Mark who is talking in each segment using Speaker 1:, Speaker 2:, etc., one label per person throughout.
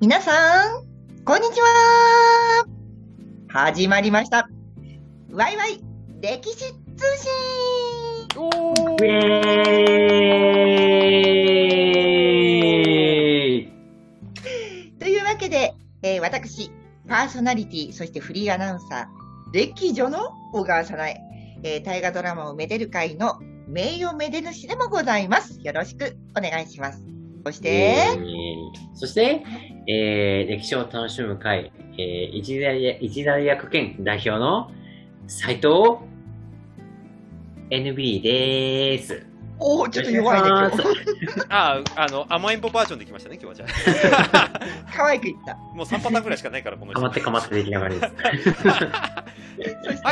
Speaker 1: 皆さん、こんにちは始まりました。ワイワイ歴史通信
Speaker 2: お
Speaker 3: ウェーイ
Speaker 1: というわけで、えー私、パーソナリティ、そしてフリーアナウンサー、歴女の小川さなえ、えー大河ドラマをめでる会の名誉めで主でもございます。よろしくお願いします。そして、
Speaker 3: そして、えー、歴史を楽しむ会、えー、一大や一大役兼代表の斉藤 NB でーす。
Speaker 1: おおちょっと弱いね、今
Speaker 3: よろしくお願いし
Speaker 1: 日。
Speaker 2: ああ、あの、甘えん坊バージョンできましたね、今日はじゃ
Speaker 1: 可愛く言った。
Speaker 2: あ。もう3パターンぐらいしかないから、この
Speaker 3: か
Speaker 2: 人
Speaker 3: まってかまって出来上が りです。
Speaker 1: そして、
Speaker 2: は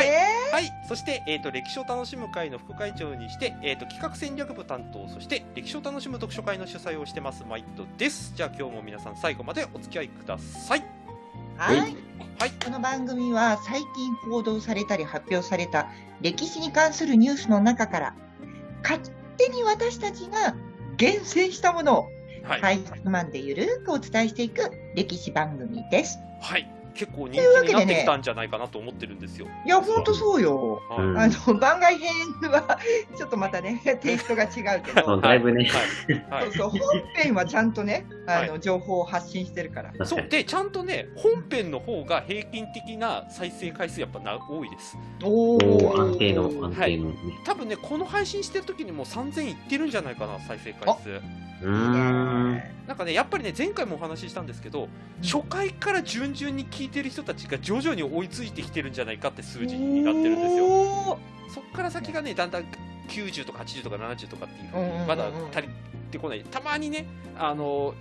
Speaker 2: いはい、そして、えっ、と、歴史を楽しむ会の副会長にして、えっ、と、企画戦略部担当、そして、歴史を楽しむ読書会の主催をしてます、マイットです。じゃあ、今日も皆さん、最後までお付き合いください。
Speaker 1: はい。
Speaker 2: はい
Speaker 1: この番組は最近報道されたり発表された歴史に関するニュースの中から勝手に私たちが厳選したものを
Speaker 2: はい。は
Speaker 1: か
Speaker 2: い。
Speaker 1: いつまんでゆるくお伝えしていく歴史番組です。
Speaker 2: 結構人
Speaker 1: というわ
Speaker 2: 気
Speaker 1: けでね
Speaker 2: になってきたんじゃないかなと思ってるんですよ。
Speaker 1: いや、ほんとそうよ。
Speaker 2: は
Speaker 3: うん
Speaker 1: あの、番外編はちょっとまた ね、テイストが違うけ
Speaker 3: そう
Speaker 1: ど、
Speaker 3: だいぶね、
Speaker 2: はい。は
Speaker 1: そ
Speaker 2: い
Speaker 1: うそう、本編はちゃんとね、あの、
Speaker 2: は
Speaker 1: 情報を発信してるから。
Speaker 3: 確
Speaker 2: そ
Speaker 3: か
Speaker 2: う
Speaker 3: に
Speaker 2: でちゃんとね本編の方が平均的な再生回数やっぱな多いです
Speaker 1: お
Speaker 3: おー安定の安定のね、
Speaker 2: 多分ねこの配信してる時にもう3000いってるんじゃないかな再生回数
Speaker 3: うーん
Speaker 2: なんかねやっぱりね前回もお話ししたんですけど初回から順々に聞いてる人たちが徐々に追いついてきてるんじゃないかって数字になってるんですよ
Speaker 1: よ。
Speaker 2: そっから先がねだんだん90とか80とか70とかっていう風
Speaker 1: うんうんうんう
Speaker 2: に
Speaker 1: ん
Speaker 2: まだ足りてこないたまにねあの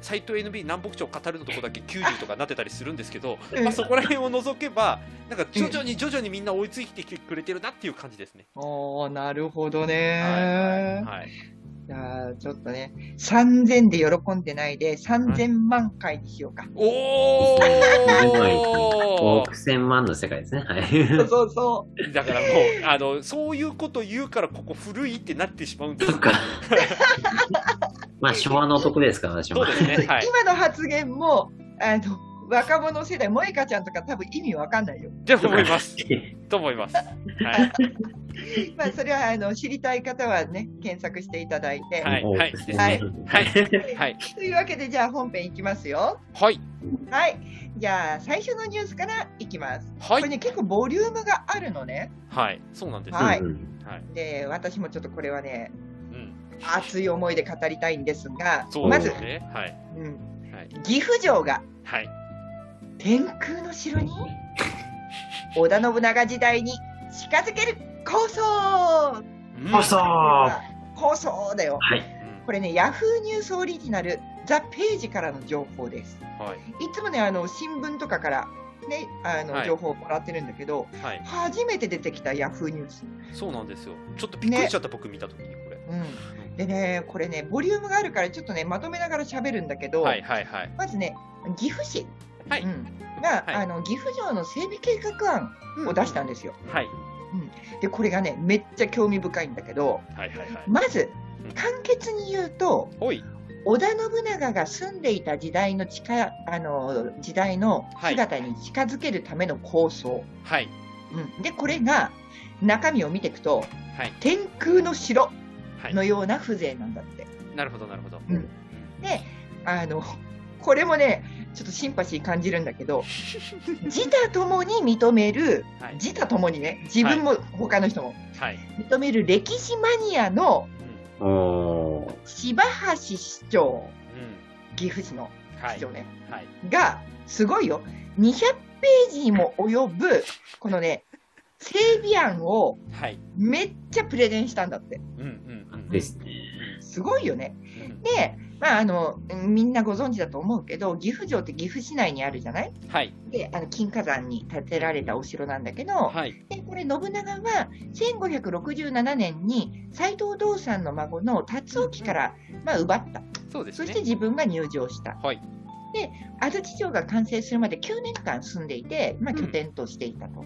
Speaker 2: サイト NB 南北朝語るのとこだけ90とかなってたりするんですけど、
Speaker 1: うん
Speaker 2: まあ、そこら辺を除けばなんか徐々に徐々にみんな追いついてきてくれてるなっていう感じですね。
Speaker 1: おー、なるほど
Speaker 2: はい
Speaker 1: ね。
Speaker 2: はい
Speaker 1: じゃあ、ちょっとね、3000で喜んでないで、3000万回にしようか。
Speaker 2: お
Speaker 3: 5
Speaker 2: お
Speaker 3: 億千万の世界ですね。はい。
Speaker 1: そ うそうそ
Speaker 2: だからもうあのそういうこと言うからここ古いってなってしまうんです
Speaker 3: そっか。まあ昭和の男ですから、私
Speaker 2: そ
Speaker 3: も
Speaker 2: う。です ねは
Speaker 1: う。
Speaker 2: い
Speaker 1: 今の発言も、あの、若者世代、萌香ちゃんとか多分意味わかんないよ。
Speaker 2: で思います と思いますはい
Speaker 1: まあ、それは、あの、知りたい方はね、検索していただいて。
Speaker 2: はいはい
Speaker 3: です
Speaker 2: です
Speaker 1: ね
Speaker 3: ね。
Speaker 2: はいはい
Speaker 1: というわけで、じゃあ本編いきますよ。
Speaker 2: はい
Speaker 1: はい。じゃあ、最初のニュースからいきます。こ
Speaker 2: は
Speaker 1: れ
Speaker 2: い
Speaker 1: ね、結構ボリュームがあるのね。
Speaker 2: はいそうなんです
Speaker 1: はい
Speaker 3: うん
Speaker 2: はい
Speaker 1: で、私もちょっとこれはね、
Speaker 2: うん
Speaker 1: 熱い思いで語りたいんですが、
Speaker 2: そう
Speaker 1: ま
Speaker 2: です
Speaker 1: ず、
Speaker 2: ねはい
Speaker 1: うん
Speaker 2: はい
Speaker 1: 岐阜城が
Speaker 2: はい
Speaker 1: 天空の城に織田信長時代に近づける構想
Speaker 2: うん
Speaker 3: あそう
Speaker 1: 構想だよ
Speaker 3: はい。
Speaker 2: うん
Speaker 1: これねヤフーニュースオリジナルザ・ページからの情報です
Speaker 2: はい
Speaker 1: いつもねあの新聞とかからねあの、
Speaker 2: はい
Speaker 1: 情報をもらってるんだけど
Speaker 2: はい
Speaker 1: 初めて出てきたヤフーニュース、
Speaker 2: そうなんですよちょっとびっくりしちゃった僕見た時にこれ
Speaker 1: うん、でねこれねボリュームがあるからちょっとねまとめながら喋るんだけど、
Speaker 2: はいはいはい
Speaker 1: まずね岐阜市、
Speaker 2: はい
Speaker 1: うん、が、
Speaker 2: はい
Speaker 1: あの岐阜城の整備計画案を出したんですよ。
Speaker 2: はい
Speaker 1: でこれがねめっちゃ興味深いんだけど
Speaker 2: はいはいはい
Speaker 1: まず
Speaker 2: うん
Speaker 1: 簡潔に言うと
Speaker 2: おい
Speaker 1: 織田信長が住んでいた時代の近あの時代の姿に近づけるための構想、
Speaker 2: はい
Speaker 1: うん、でこれが中身を見ていくと
Speaker 2: はい
Speaker 1: 天空の城
Speaker 2: はい
Speaker 1: のような風情なんだって。
Speaker 2: なるほどなるほど
Speaker 1: うんであのこれもねちょっとシンパシー感じるんだけど自他ともに認める
Speaker 2: はい
Speaker 1: 自他ともにね自分も他の人も
Speaker 2: はい
Speaker 1: 認める歴史マニアの
Speaker 3: おー。
Speaker 1: 柴橋市長
Speaker 2: うん
Speaker 1: 岐阜市の
Speaker 2: は
Speaker 1: 市
Speaker 2: い
Speaker 1: 長ね、
Speaker 2: はい
Speaker 1: がすごいよ200ページにも及ぶこのね整備案を
Speaker 2: はい
Speaker 1: めっちゃプレゼンしたんだって
Speaker 2: うんうんうん
Speaker 3: ですね。
Speaker 1: すごいよね
Speaker 2: うん
Speaker 1: でまああのみんなご存知だと思うけど岐阜城って岐阜市内にあるじゃない
Speaker 2: はい
Speaker 1: であの金華山に建てられたお城なんだけど
Speaker 2: はい
Speaker 1: でこれ信長は1567年に斎藤道三の孫の辰興から、まあ、奪った
Speaker 2: そうです
Speaker 1: そ
Speaker 2: ね
Speaker 1: して自分が入城した。
Speaker 2: はい
Speaker 1: で安土城が完成するまで9年間住んでいて、まあ、拠点としていたと。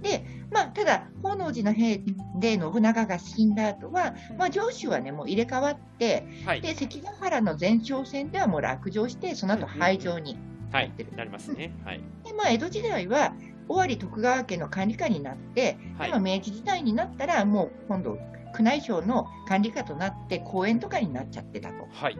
Speaker 1: で、まあ、ただ、本能寺の変で信長が死んだ後は、まあ、上司はね、もう入れ替わって、
Speaker 2: はい。
Speaker 1: で、関ヶ原の前哨戦ではもう落城して、その後廃城に。
Speaker 2: はい。なりますね。はい。
Speaker 1: で、まあ、江戸時代は、尾張徳川家の管理下になって、
Speaker 2: はい
Speaker 1: で。も明治時代になったら、もう今度、宮内省の管理下となって、公園とかになっちゃってたと。
Speaker 2: はい。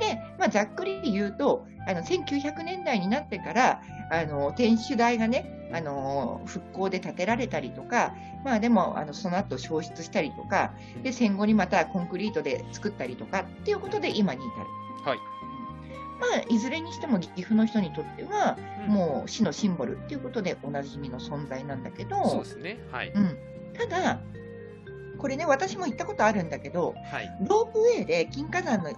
Speaker 1: で、まあ、ざっくり言うと、あの1900年代になってから、あの天守台がね、あの復興で建てられたりとか、まあ、でもあのその後消失したりとかで、戦後にまたコンクリートで作ったりとかっていうことで今に至る。
Speaker 2: はい
Speaker 1: まあ、いずれにしても岐阜の人にとっては、もう市のシンボルっていうことでおなじみの存在なんだけど、
Speaker 2: そうですね。はい。
Speaker 1: うん、ただ、これね、私も行ったことあるんだけど、
Speaker 2: はい。
Speaker 1: ロープウェイで金華山の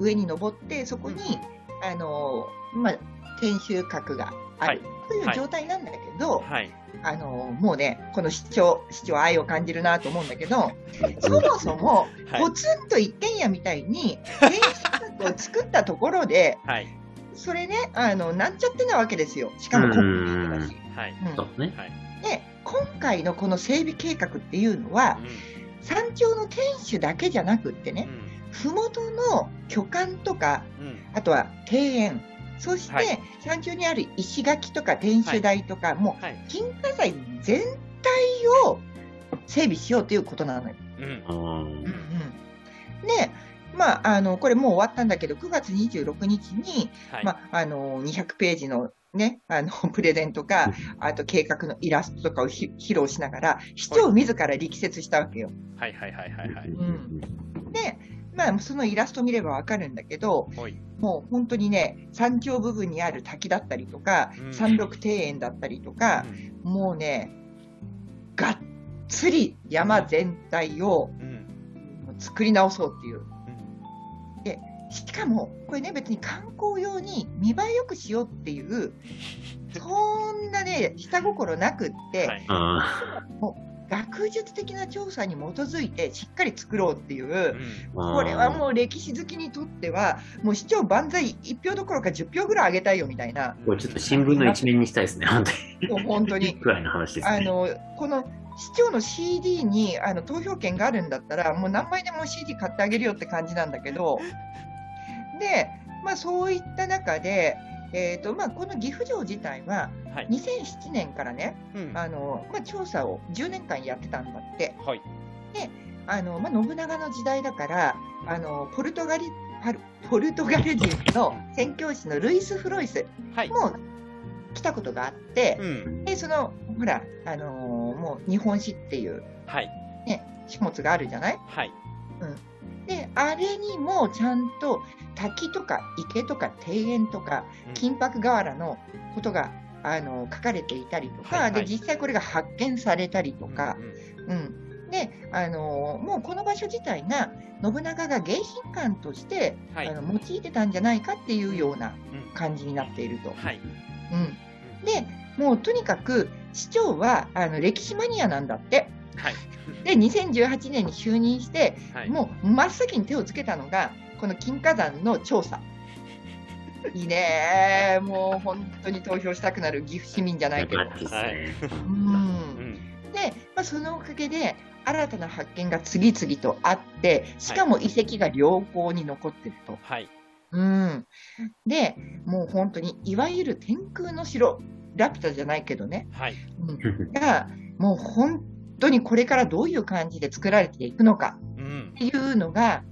Speaker 1: 上に登って、そこに、あのーまあ、天守閣があるという状態なんだけど、
Speaker 2: はい。
Speaker 1: あのーもうね、この市長、市長愛を感じるなと思うんだけど、そもそも、
Speaker 2: はい
Speaker 1: ポツンと一軒家みたいに、天守閣を作ったところで、
Speaker 2: はい。
Speaker 1: それね、あの、なんちゃってなわけですよ。しかもコンクリートだし。
Speaker 2: はい。
Speaker 1: うん
Speaker 3: そうね。
Speaker 1: で、今回のこの整備計画っていうのは、山頂の天守だけじゃなくってね、麓の巨漢とか
Speaker 2: うん。うん。
Speaker 1: あとは庭園そし
Speaker 2: は
Speaker 1: て
Speaker 2: い
Speaker 1: 山頂にある石垣とか天守台とか、も
Speaker 2: はい。
Speaker 1: う金華山全体を整備しようということなのよ。
Speaker 2: うん。
Speaker 3: う
Speaker 1: う
Speaker 3: ん
Speaker 1: んうんでまあ、あのこれもう終わったんだけど9月26日に、
Speaker 2: はい。
Speaker 1: まあ、あの200ページの,、ね、あの プレゼントかあと計画のイラストとかをひ披露しながら市長自ら力説したわけよ。
Speaker 2: はい。はい。はい。はい。はい。
Speaker 1: で、まあ、そのイラスト見ればわかるんだけど、
Speaker 2: はい
Speaker 1: もう本当にね、山頂部分にある滝だったりとか、
Speaker 2: うん
Speaker 1: 山麓庭園だったりとか、
Speaker 2: う
Speaker 1: もうね、がっつり山全体を
Speaker 2: ん。
Speaker 1: 作り直そうっていう。で、しかも、これね、別に観光用に見栄えよくしようっていう、そんなね、下心なくって、
Speaker 2: はい。
Speaker 3: あ
Speaker 1: 学術的な調査に基づいてしっかり作ろうっていう、
Speaker 2: うん。
Speaker 3: ー
Speaker 1: これはもう歴史好きにとっては、もう市長万歳1票どころか10票ぐらいあげたいよみたいな、
Speaker 3: これちょっと新聞の一面にしたいですね、本当
Speaker 1: もう本当
Speaker 3: に。
Speaker 1: に。
Speaker 3: くらいの話です
Speaker 1: あ
Speaker 3: ね。
Speaker 1: のこの市長の CD にあの投票権があるんだったら、もう何枚でも CD 買ってあげるよって感じなんだけど、で、まあ、そういった中で、えーとまあ、この岐阜城自体は、
Speaker 2: はい。
Speaker 1: 2007年からね、
Speaker 2: うん。は
Speaker 1: あのまあ、調査を10年間やってたんだって。
Speaker 2: い。
Speaker 1: あの、まあ、信長の時代だから、あの、ポルトガリ、パルポルトガル人の宣教師のルイス・フロイス
Speaker 2: はい。
Speaker 1: も来たことがあって、
Speaker 2: うん。
Speaker 1: で、その、ほら、あのーもう日本史っていう
Speaker 2: はい。
Speaker 1: 書物があるじゃない
Speaker 2: はい。
Speaker 1: で、あれにもちゃんと滝とか池とか庭園とか
Speaker 2: うん
Speaker 1: 金箔瓦のことが、あの書かれていたりとか、
Speaker 2: はいは
Speaker 1: で
Speaker 2: い
Speaker 1: 実際これが発見されたりとか、
Speaker 2: うん
Speaker 1: うん、で、あのーもうこの場所自体が信長が迎賓館として、
Speaker 2: うんはい。
Speaker 1: あの用いてたんじゃないかっていうような
Speaker 2: うん
Speaker 1: 感じになっていると。
Speaker 2: はい。
Speaker 1: うん、でもうとにかく市長はあの歴史マニアなんだって。
Speaker 2: はい。
Speaker 1: で2018年に就任して
Speaker 2: はい。
Speaker 1: もう真っ先に手をつけたのがこの金華山の調 査。いいねーもう本当に投票したくなる岐阜市民じゃないけど。
Speaker 3: ですね。
Speaker 1: うん
Speaker 2: うん。
Speaker 1: で、まあ、そのおかげで新たな発見が次々とあってしかも遺跡が良好に残ってると、
Speaker 2: はい。
Speaker 1: うん、でもう本当にいわゆる天空の城ラピュタじゃないけどね、
Speaker 2: はい。
Speaker 1: うん、 がもう本当にこれからどういう感じで作られていくのか
Speaker 2: うん
Speaker 1: っ。ていうのが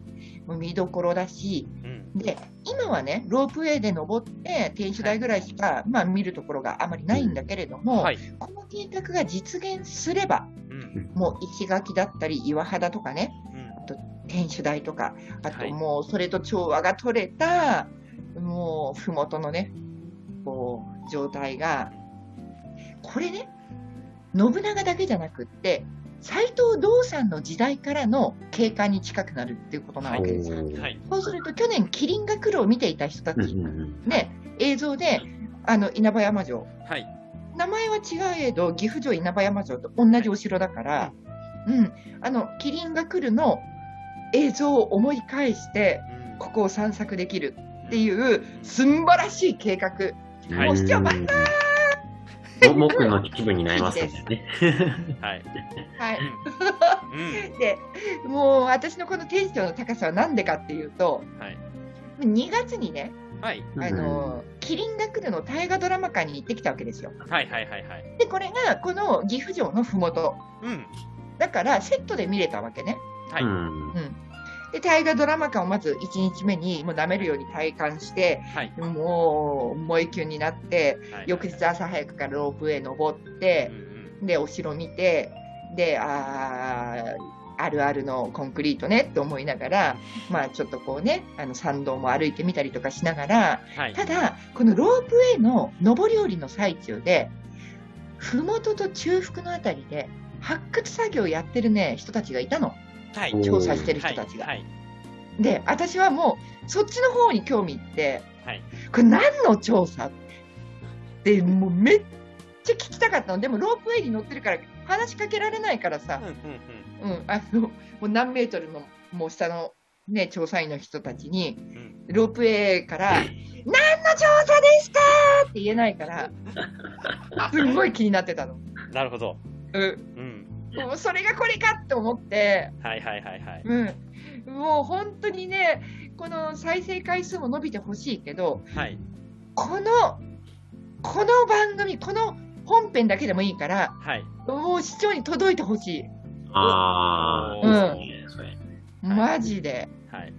Speaker 1: もう見どころだし
Speaker 2: うん。
Speaker 1: で今はねロープウェイで登って天守台ぐらいしか、まあ、見るところがあまりないんだけれども、
Speaker 2: はい。
Speaker 1: この計画が実現すれば
Speaker 2: うん。
Speaker 1: もう石垣だったり岩肌とかね
Speaker 2: うん。
Speaker 1: 天守台とかあ
Speaker 2: は
Speaker 1: と
Speaker 2: い
Speaker 1: もうそれと調和が取れた、もう麓のねこう状態がこれね信長だけじゃなくって斎藤道さんの時代からの景観に近くなるっていうことなわけですよ。
Speaker 2: はい。
Speaker 1: そうすると去年麒麟が来るを見ていた人たち
Speaker 3: うん
Speaker 1: ね映像であの稲葉山城
Speaker 2: はい。
Speaker 1: 名前は違えど岐阜城稲葉山城と同じお城だから、うん、あの「麒麟が来る」の映像を思い返して
Speaker 2: うん
Speaker 1: ここを散策できるっていう素晴らしい計画
Speaker 3: はい
Speaker 1: もう市長万
Speaker 3: も僕の気分になりますみたいなね。
Speaker 2: はい。
Speaker 1: はい。
Speaker 2: うん。
Speaker 1: で、もう私のこのテンションの高さはなんでかっていうと、
Speaker 2: うんはい。
Speaker 1: 2月にね、
Speaker 2: はい。
Speaker 1: あの、キリンが来るの大河ドラマ館に行ってきたわけですよ。
Speaker 2: はいはいはいはい。
Speaker 1: で、これがこの岐阜城のふもと。
Speaker 2: うん。
Speaker 1: だから、セットで見れたわけね。
Speaker 2: はい。
Speaker 3: うん。
Speaker 1: で、大河ドラマ館をまず1日目に、もう舐めるように体感して、
Speaker 2: はい。
Speaker 1: もう、萌えキュンになって、翌日朝早くからロープウェイ登って
Speaker 2: う、ん
Speaker 1: で、お城見て、で、あー、あるあるのコンクリートねって思いながら、まあちょっとこうね、あの参道も歩いてみたりとかしながら、
Speaker 2: うん。はい。
Speaker 1: ただ、このロープウェイの上り下りの最中で、ふもとと中腹のあたりで、発掘作業やってるね、人たちがいたの。
Speaker 2: はい。
Speaker 3: おー
Speaker 1: 調査してる人たちが。
Speaker 2: はい。
Speaker 1: で、私はもう、そっちの方に興味いって、
Speaker 2: はい
Speaker 1: これ何の調査って、もうめっちゃ聞きたかったの。でも、ロープウェイに乗ってるから、話しかけられないからさ
Speaker 2: はい。、うんうん
Speaker 1: うん、あの、もう何メートルの、もう下の、ね、調査員の人たちに、
Speaker 2: うんうん。
Speaker 1: ロープウェイから、何の調査ですかって言えないから、すんごい気になってたの。
Speaker 2: なるほど。
Speaker 1: うん。
Speaker 2: うん。
Speaker 1: もうそれがこれかって思って、
Speaker 2: はいはいはいはい。
Speaker 1: うん。もう本当にね、この再生回数も伸びてほしいけど、
Speaker 2: はい。
Speaker 1: この、この番組、この本編だけでもいいから、
Speaker 2: はい。
Speaker 1: もう視聴に届いてほしい。
Speaker 3: ああ、いいですね、それ。
Speaker 2: はい
Speaker 1: マジで。
Speaker 2: はい。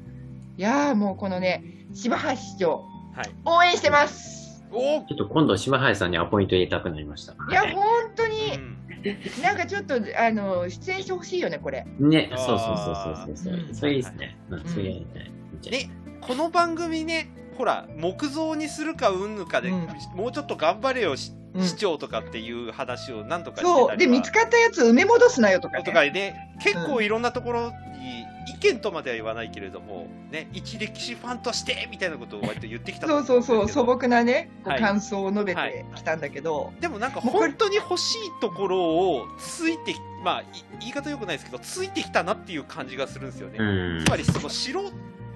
Speaker 1: いやーもうこのね、柴橋市長、
Speaker 2: はい。
Speaker 1: 応援してます。
Speaker 2: お
Speaker 3: ちょっと今度、島原さんにアポイント入れたくなりました。
Speaker 1: いや、本当に、
Speaker 2: ん。
Speaker 1: なんかちょっと、あの、出演してほしいよね、これ。
Speaker 3: ね、
Speaker 2: あー
Speaker 3: そうそうそうそうそうう。
Speaker 1: ん
Speaker 3: それいいですね。うん、それやりたい。
Speaker 2: ねこの番組ね、ほら、木造にするかうんぬかで、
Speaker 1: うん
Speaker 2: もうちょっと頑張れよ、し
Speaker 1: うん
Speaker 2: 市長とかっていう話を何とかしてたりは
Speaker 1: そう。で、見つかったやつ埋め戻すなよとか、
Speaker 2: と
Speaker 1: ね。
Speaker 2: かね、結構いろんなところに意見とまでは言わないけれども、ね、一歴史ファンとしてみたいなことを割と言ってきたと
Speaker 1: そ
Speaker 2: 思
Speaker 1: うそうそ
Speaker 2: ん
Speaker 1: う、
Speaker 2: ですけど
Speaker 1: 素朴なね、こ
Speaker 2: は
Speaker 1: う
Speaker 2: い
Speaker 1: 感想を述べてきたんだけど、
Speaker 2: でもなんか本当に欲しいところをついてき、まあ、い言い方よくないですけど、ついてきたなっていう感じがするんですよね。
Speaker 3: うん
Speaker 2: つ。まりその城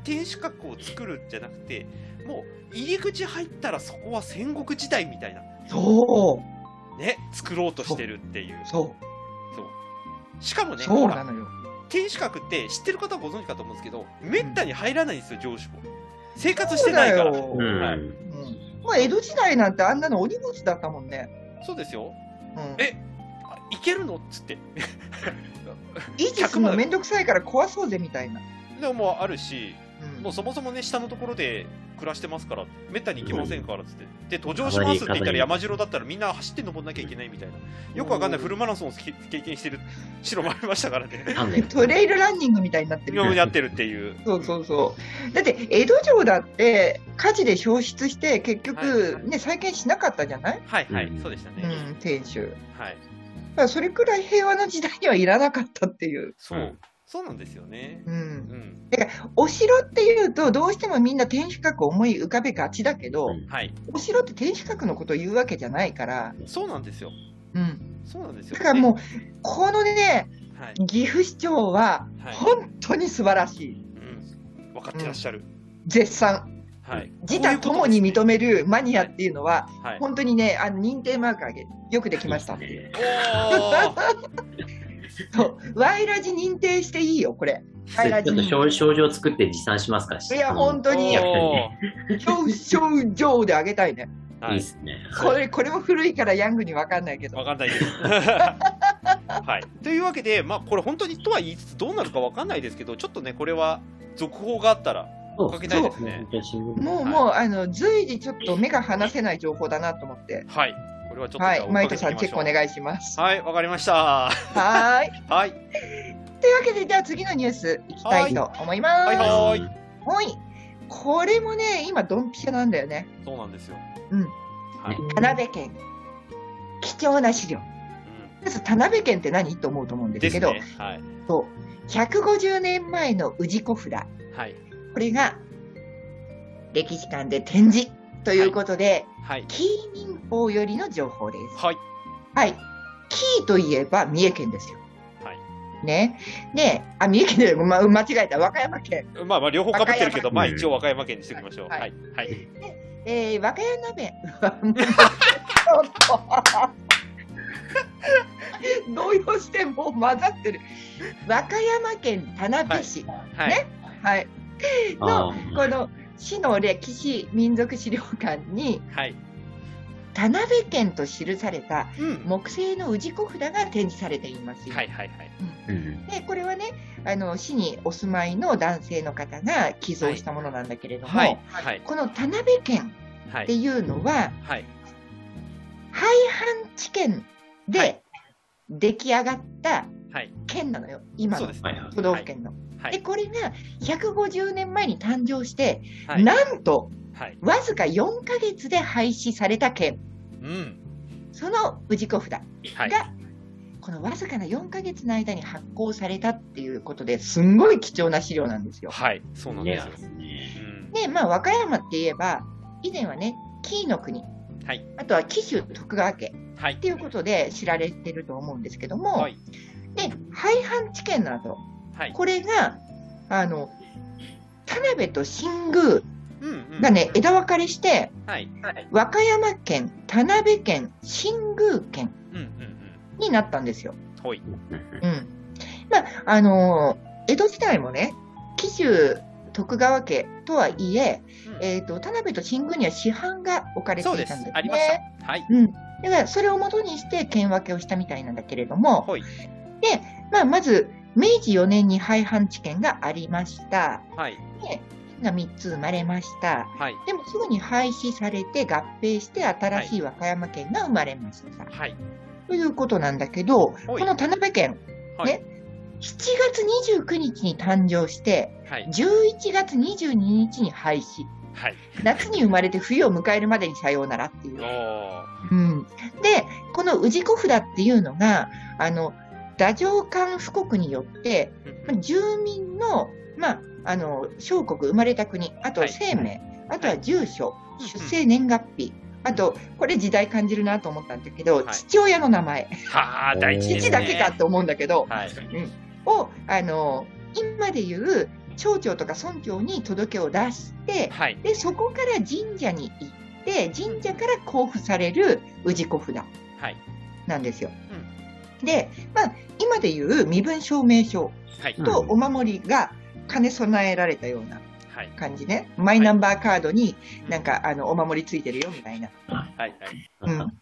Speaker 2: 天守閣を作るんじゃなくてもう入り口入ったらそこは戦国時代みたいな
Speaker 1: そ
Speaker 2: ね作ろうとしてるっていう
Speaker 1: う、そ
Speaker 2: しかも
Speaker 1: う、
Speaker 2: ね
Speaker 1: そう
Speaker 2: ほ
Speaker 1: な
Speaker 2: ら
Speaker 1: のよ。
Speaker 2: 天守閣って知ってる方はご存知かと思うんですけどめったに入らないんですよ上司も生活してないから
Speaker 1: そう
Speaker 3: う
Speaker 1: だよ
Speaker 2: はい
Speaker 3: ん。
Speaker 1: うんまあ、江戸時代なんてあんなのお荷物だったもんね。
Speaker 2: そうですよ
Speaker 1: うん
Speaker 2: えあ行けるのっつって
Speaker 1: 維持するのめんどくさいから壊そうぜみたいな。
Speaker 2: でももうあるし
Speaker 1: うん
Speaker 2: もうそもそもね下のところで暮らしてますからめったに行きませんからっつってで途上しますって言ったら山城だったらみんな走って登んなきゃいけないみたいなよくわかんないフルマラソンを経経験してる 城もありましたか らね。
Speaker 3: なんで
Speaker 1: トレイルランニングみたいになって
Speaker 2: 今
Speaker 1: る。
Speaker 2: もやってるっていう。
Speaker 1: そうそうそう。だって、江戸城だって火事で焼失して、結局、ね、再建しなかったじゃない
Speaker 2: はいはい、
Speaker 3: うん
Speaker 2: そうでした
Speaker 1: う
Speaker 2: ね。
Speaker 1: ん、天守。
Speaker 2: は
Speaker 1: だ
Speaker 2: い。
Speaker 1: からそれくらい平和な時代にはいらなかったっていう。
Speaker 2: そう、
Speaker 3: うん
Speaker 2: そうなんですよね。
Speaker 1: う。
Speaker 2: うんん。
Speaker 1: お城っていうと、どうしてもみんな天守閣を思い浮かべがちだけど、
Speaker 3: うん
Speaker 2: はい。
Speaker 1: お城って天守閣のことを言うわけじゃないから、
Speaker 2: そうなんですよ。
Speaker 1: うん。
Speaker 2: そうなんですよ、
Speaker 1: だからもう、このね、
Speaker 2: う。はい。
Speaker 1: 岐阜市長は
Speaker 2: はい
Speaker 1: 本当に素晴らしい、
Speaker 2: うん。分かってらっしゃる。
Speaker 1: 絶賛、
Speaker 2: はい。
Speaker 1: 自他ともに認めるマニアっていうのは、
Speaker 2: はい。
Speaker 1: 本当にね、あの認定マークあげる、よくできましたっていう。
Speaker 2: おー
Speaker 1: そうワイラジ認定していいよ、これ。ワイラジ
Speaker 3: ちょっと
Speaker 1: 認
Speaker 3: 症症状作って持参しますから。
Speaker 1: 定。いや、本当に、
Speaker 2: お
Speaker 1: 表彰状であげたいね。
Speaker 3: い
Speaker 2: ーはい
Speaker 3: で
Speaker 2: い。
Speaker 3: すね。
Speaker 1: これ、これも古いからヤングにわかんないけ
Speaker 2: わ
Speaker 1: ど。
Speaker 2: かんないけど。 はい。というわけで、まあ、これ本当にとは言いつつどうなるかわかんないですけど、ちょっとね、これは続報があったら
Speaker 3: そう
Speaker 2: 追っかけたいですね。
Speaker 1: もう、もう、あの、随時ちょっと目が離せない情報だなと思って。
Speaker 2: はい。これはちょっと
Speaker 1: は
Speaker 2: じ
Speaker 1: い。
Speaker 2: ゃあ追っか
Speaker 1: マ
Speaker 2: け
Speaker 1: イ
Speaker 2: て
Speaker 1: ト
Speaker 2: いき
Speaker 1: さん、
Speaker 2: ま
Speaker 1: チ
Speaker 2: し
Speaker 1: ェッ
Speaker 2: ょう
Speaker 1: クお願いします。
Speaker 2: はい、わかりました。
Speaker 1: はーい。
Speaker 2: はい。
Speaker 1: というわけで、じゃあ次のニュースいきたいと思います。
Speaker 2: は
Speaker 1: はいい。
Speaker 2: は
Speaker 3: はい
Speaker 2: い。
Speaker 1: これもね、今、ドンピシャなんだよね。
Speaker 2: そうなんですよ。
Speaker 1: うん
Speaker 2: はい。うん
Speaker 1: 田辺県。貴重な資料。まず田辺県って何と思うと思うんです
Speaker 2: です
Speaker 1: けど、
Speaker 2: ね。はい。
Speaker 1: そう150年前の氏子札。
Speaker 2: はい。
Speaker 1: これが、歴史館で展示ということで、
Speaker 2: はい。
Speaker 1: 紀伊民法よりの情報です。
Speaker 2: はい。
Speaker 1: はい。紀伊といえば三重県ですよ。
Speaker 2: は
Speaker 1: ね。で、あ、三重県で、ま、間違えた。和歌山県。
Speaker 2: まあまあ、両方かぶってるけ
Speaker 3: 和歌
Speaker 2: ど、
Speaker 3: 山
Speaker 2: まあ一応和歌山県にしておきましょう。は。
Speaker 1: はい
Speaker 2: はい。
Speaker 1: えー、和歌山弁。 動揺してもう混ざってる。和歌山県田辺市。
Speaker 2: はい。
Speaker 1: はい。
Speaker 3: あ
Speaker 1: の、この市の歴史民族資料館に、
Speaker 2: はい。
Speaker 1: 田辺県と記された
Speaker 2: うん。
Speaker 1: 木製の氏子札が展示されていますよ。
Speaker 2: はいはいはい。
Speaker 3: ーうん
Speaker 1: でこれはねあの市にお住まいの男性の方が寄贈したものなんだけれども、
Speaker 2: はい。はい。
Speaker 1: この田辺県
Speaker 2: は
Speaker 1: って
Speaker 2: い。
Speaker 1: いうのは
Speaker 2: はい。
Speaker 1: 廃藩置県
Speaker 2: は
Speaker 1: で
Speaker 2: い
Speaker 1: 出来上がった
Speaker 2: はい。
Speaker 1: 県なのよ今
Speaker 2: そう
Speaker 1: の
Speaker 2: です
Speaker 3: は
Speaker 2: ね。
Speaker 3: いはい
Speaker 1: 都道府県の。
Speaker 2: は
Speaker 1: で
Speaker 2: い。
Speaker 1: これが150年前に誕生して、
Speaker 2: はい。
Speaker 1: なんと
Speaker 2: はい。
Speaker 1: わずか4ヶ月で廃止された県
Speaker 2: うん。
Speaker 1: その氏子札
Speaker 2: はい。
Speaker 1: がこのわずかな4ヶ月の間に発行されたっていうことですんごい貴重な資料なんですよ。
Speaker 2: はい。そうなん
Speaker 3: レ
Speaker 2: です
Speaker 3: ア
Speaker 2: よ
Speaker 3: で。すね。
Speaker 2: うん。
Speaker 1: で、まあ、和歌山って言えば、以前はね、紀伊の国、
Speaker 2: はい。
Speaker 1: あとは紀州徳川家っ
Speaker 2: はい。
Speaker 1: ていうことで知られてると思うんですけども、
Speaker 2: はい。
Speaker 1: で、廃藩置県の後、
Speaker 2: はい。
Speaker 1: これが、あの、田辺と新宮
Speaker 2: うんうん。
Speaker 1: がね、枝分かれして、
Speaker 2: はい。はい。
Speaker 1: 和歌山県、田辺県、新宮県
Speaker 2: うんうんうん。
Speaker 1: になったんですよ。
Speaker 2: ほい。
Speaker 1: うん。まあ、あのー江戸時代もね、紀州徳川家とはいえ、
Speaker 2: うん
Speaker 1: えっ、と、田辺と新宮には市販が置かれていた
Speaker 2: そうん
Speaker 1: で
Speaker 2: ですす
Speaker 1: ね。。
Speaker 2: ありました。はい。
Speaker 1: だから、それを元にして県分けをしたみたいなんだけれども、
Speaker 2: ほい。
Speaker 1: まあ、まず、明治4年に廃藩置県がありました。
Speaker 2: はい。
Speaker 1: が3つ生まれました。
Speaker 2: はい。
Speaker 1: でも、すぐに廃止されて合併して新しい和歌山県が生まれました。
Speaker 2: はい。
Speaker 1: ということなんだけど、こ
Speaker 2: はい
Speaker 1: の田辺県、
Speaker 2: はい
Speaker 1: ね、7月29日に誕生して、
Speaker 2: はい。
Speaker 1: 11月22日に廃止。
Speaker 2: はい。
Speaker 1: 夏に生まれて冬を迎えるまでにさようならっていう
Speaker 2: お。ー。
Speaker 1: うん、で、この氏子札っていうのが、あの、太政官布国によって、
Speaker 2: うん
Speaker 1: まあ住民の、まあ、あの、小国、生まれた国、あと
Speaker 2: はい
Speaker 1: 生命、あとは住所、
Speaker 2: うん
Speaker 1: 出生年月日、あと、これ時代感じるなと思ったんだけど、
Speaker 2: い
Speaker 1: 父親の名前、
Speaker 2: はあ、大事です
Speaker 1: 父
Speaker 2: ね。
Speaker 1: だけかって思うんだけど、
Speaker 2: はい。
Speaker 1: を、あの、今でいう町長とか村長に届けを出して、
Speaker 2: はい。
Speaker 1: で、そこから神社に行って、神社から交付される氏子札
Speaker 2: はい。
Speaker 1: なんですよ。で、まあ、今でいう身分証明書
Speaker 2: はい。
Speaker 3: うん
Speaker 1: とお守りが兼ね備えられたような
Speaker 2: はい。
Speaker 1: 感じね。マイナンバーカードに
Speaker 2: うん
Speaker 1: なん。か、あの、お守りついてるよみたいな。
Speaker 2: はい。はい。
Speaker 1: うん。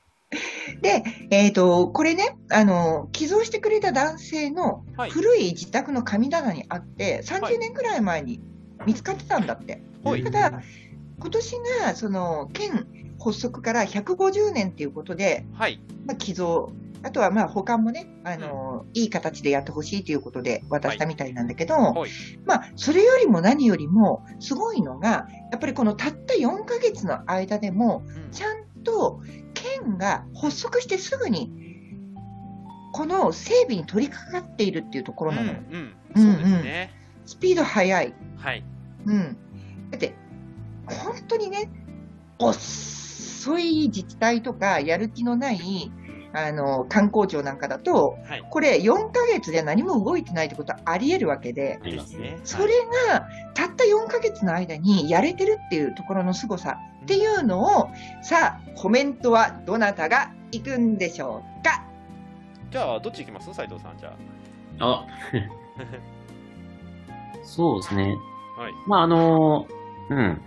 Speaker 1: で、えっ、と、これね、あの、寄贈してくれた男性の
Speaker 2: はい。
Speaker 1: 古い自宅の神棚にあって、30年くらい前に見つかってたんだって。
Speaker 2: ほい
Speaker 1: た。だ、今年が、その、県発足から150年っていうことで、
Speaker 2: はい。
Speaker 1: まあ、寄贈、あとはまあ保管もね、あのいい形でやってほしいということで渡したみたいなんだけど、
Speaker 2: はい
Speaker 1: まあ、それよりも何よりもすごいのが、やっぱりこのたった4ヶ月の間でも、
Speaker 2: うん
Speaker 1: ちゃんと県が発足してすぐに、この整備に取り掛かっているっていうところなのよ、
Speaker 2: うん、
Speaker 1: う
Speaker 2: うんん、
Speaker 1: うん
Speaker 2: そうですね。
Speaker 1: スピード速い。
Speaker 2: はい。
Speaker 1: うん、だって、本当にね、遅い自治体とか、やる気のないあの観光庁なんかだと、
Speaker 2: はい
Speaker 1: これ、4ヶ月で何も動いてないってことはありえるわけで、
Speaker 3: ありますね。
Speaker 1: それがたった4ヶ月の間にやれてるっていうところの凄さっていうのを、さあ、コメントはどなたが行くんでしょうか。
Speaker 2: じゃあ、どっち行きます斉藤さん、じゃ
Speaker 3: あ、そうですね。
Speaker 2: あ。はい。
Speaker 3: まあ、あのー、うん。